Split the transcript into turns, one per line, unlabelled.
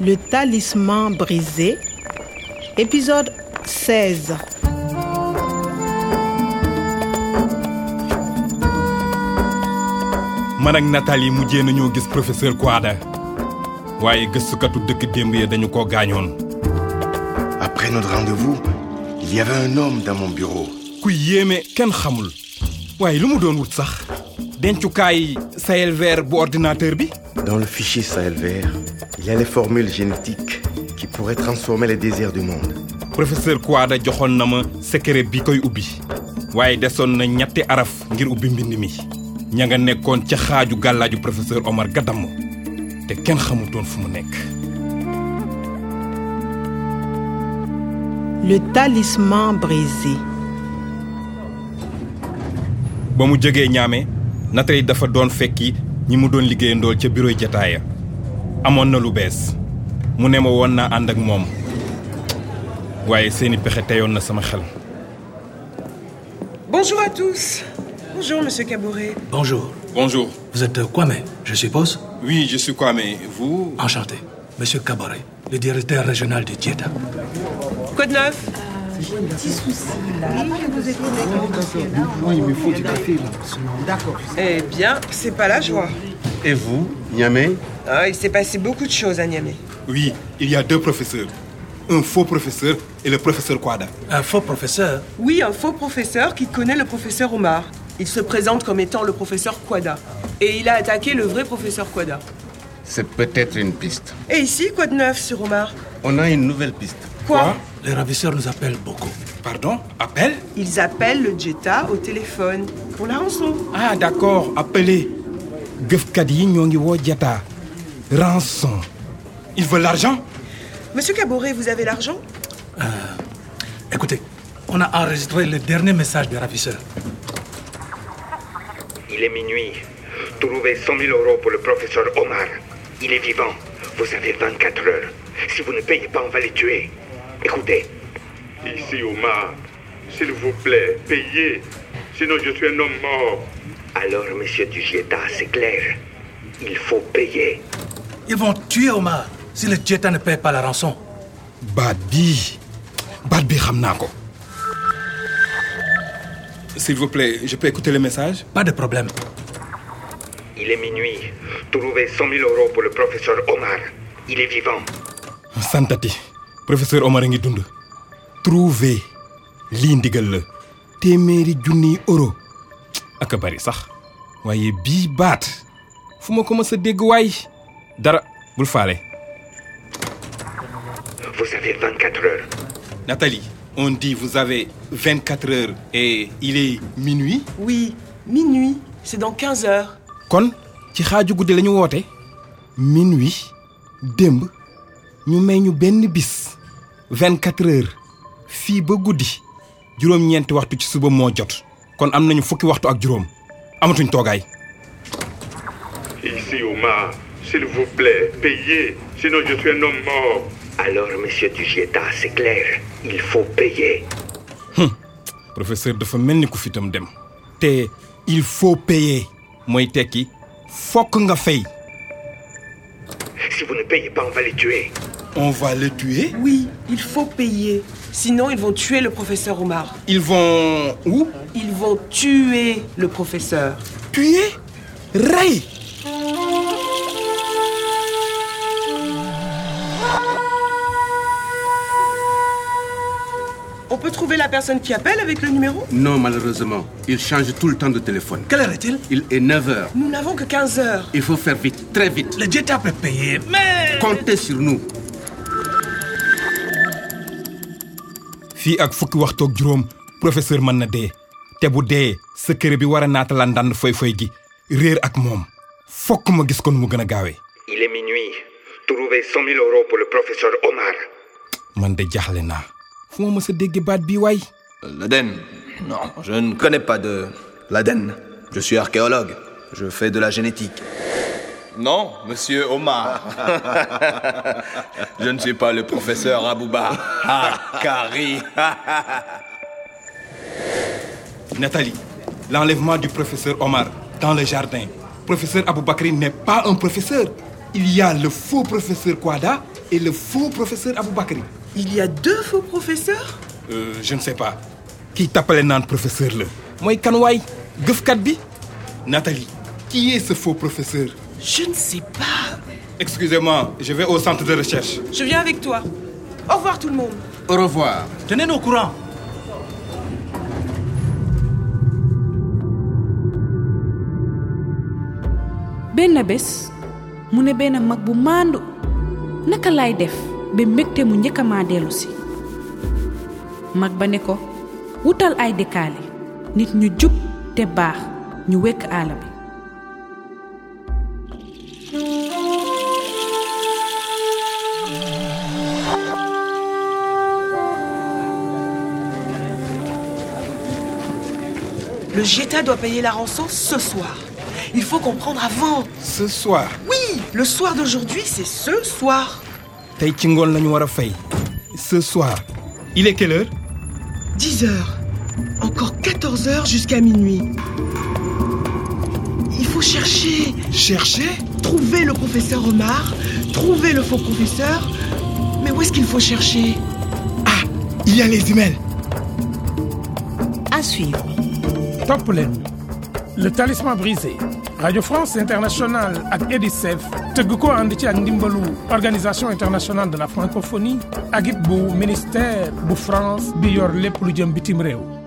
Le talisman brisé, épisode 16.
man ak Nathalie mujjee nañoo gis professeur Kouada waaye gëstukatu dëkk démb ya dañu ko gaañoon
Après notre rendez-vous, il y avait un homme dans mon bureau.
ku yéeme kenn xamul waaye lu mu doon wut sax dencukaay Sahel vert bu ordinateur bi
Dans le fichier Sahel vert, il y a les formules génétiques qui pourraient transformer les désirs du monde.
professeur Kouada joxoon na ma secret bi koy ubbi waaye desoon na ñetti araf ngir ubbi mbind mi ña nga nekkoon ca xaaju gàllaaju professeur Omar Gadam te kenn xamutoon fu mu nekk
Le talisman brisé.
ba mu jógee ñaame Nathalie dafa doon fekki ñi mu doon liggéeyandool ca bureau jataaya amoon na lu bees mu ne ma woon naa ànd ak moom waaye seeni pexe teyoon na sama xel
Bonjour à tous. Bonjour, monsieur Cabouret.
Bonjour,
bonjour
vous êtes Kwame, je suppose
oui je suis Kwame vous
Enchanté. Monsieur Cabaret, le directeur régional de Dieta.
Code neuf Eh bien, c'est pas la joie.
Et vous, Niamey
Ah, il s'est passé beaucoup de choses à Niamey.
oui il y a deux professeurs un faux professeur et le professeur Kwada
Un Euh, faux professeur
Oui, un faux professeur qui connaît le professeur Omar. Il se présente comme étant le professeur Quada. Et il a attaqué le vrai professeur Quada.
C'est peut-être une piste.
Et ici, Code neuf sur Omar
On a une nouvelle piste.
Quoi
Les ravisseurs nous appellent beaucoup.
pardon appel
Ils appellent le Jetta au téléphone pour la rançon.
ah d'accord appelé gëfkat yi ñoo ngi woo jataa rançon il veut l'argent
Monsieur Cabouret, vous avez l'argent
Écoutez, on a enregistré le dernier message des ravisseurs.
Il est minuit. Trouvez 100 000 euros pour le professeur Omar. Il est vivant. Vous avez 24 heures. Si vous ne payez pas, on va les tuer. Écoutez.
Ici, Omar, s'il vous plaît, payez. Sinon, je suis un homme mort.
Alors, monsieur Dugieta, c'est clair. Il faut payer.
Ils vont tuer Omar si le Dieta ne paye pas la rançon.
baat bii baat bi xam naa ko s'il vous plaît je peux écouter le message
Pas de problème.
Il est minuit. Trouvez 100 000 euros pour le professeur Omar. Il est vivant.
santati professeur Omar a ngi dund trouver lii ndigal la téeméeri junniy euro ak a bari sax waaye bii baat fu ma ko mës a dégg waay dara bul faale
Vous avez 24 heures.
Nathalie on dit vous avez 24 heures et il est minuit
Oui, minuit. C'est dans 15 heures.
kon ci xaaju guddi lañu woote minuit démb ñu may ñu benn bis 24 heures fii ba guddi juróom-ñeenti waxtu ci suba moo jot kon am nañu fukki waxtu ak juróom amatuñ toogaay
Ici, Omar, s'il vous plaît, payez. Sinon, je suis un homme mort.
Alors, monsieur Dugieta, c'est clair. Il faut payer.
professeur dafa mel ni ku fitam dem te il faut payer mooy tekki fokk nga fay
Si vous ne payez pas, on va les tuer.
on va le tuer
Oui, il faut payer. Sinon, ils vont tuer le professeur Omar.
ils vont où
Ils vont tuer le professeur.
tuer rey
On peut trouver la personne qui appelle avec le numéro
Non, malheureusement. Il change tout le temps de téléphone.
Quelle heure est-il
Il est 9h.
Nous n'avons que 15 heures.
Il faut faire vite, très vite.
Le Dieta peut payer, mais...
Comptez sur nous.
fii ak fukki waxtu ak juróom professeur mën na dee te bu dee sa kër bi war a naatala ndànd foy-foy gi réer ak moom fokk ma gis ko nu mu gën a gaawee
Il est minuit. Trouvez 100 000 euros pour le professeur Omar.
man de jaaxle naa fu ma mës a dégg baat bii waay
L'Aden Non, je ne connais pas de l'Aden. Je suis archéologue. Je fais de la génétique. Non, monsieur Omar. je ne suis pas le professeur Abouba. Hakari.
Nathalie l'enlèvement du professeur Omar dans le jardin professeur Aboubakry n'est pas un professeur il y a le faux professeur Kouada et le faux professeur Abou Bakri.
Il y a deux faux professeurs
Euh, je ne sais pas. Qui t'appelait naan professeur la mooy kan waay gëfkat bi Nathalie qui est ce faux professeur
Je ne sais pas.
Excusez-moi, je vais au centre de recherche.
Je viens avec toi. Au revoir tout le monde.
Au revoir.
Tenez-nous au courant.
benn bés mu ne benn mag bu maandu naka laay def ba mbégte mu njëkk a maa dellu si mag ba ne ko wutal ay dëkkaale nit ñu jub te baax ñu wekk àll bi
Le Jeta doit payer la rançon ce soir. Il faut comprendre avant.
Ce soir,
Oui, le soir d'aujourd'hui, c'est ce soir.
tey ci ngoon la ñu war a fay. Ce soir, il est quelle heure
10 heures. Encore 14 heures jusqu'à minuit. Il faut chercher,
Chercher
trouver le professeur Omar, trouver le faux professeur. Mais où est-ce qu'il faut chercher
Ah, il y a les emails.
À suivre.
Top leen le talisman brisé Radio France Internationale ak EDICEF tëgg ko ànd ci ak ndimbalu organisation internationale de la francophonie ak it bu ministère bu France bi yor lépp lu jëm bitim réew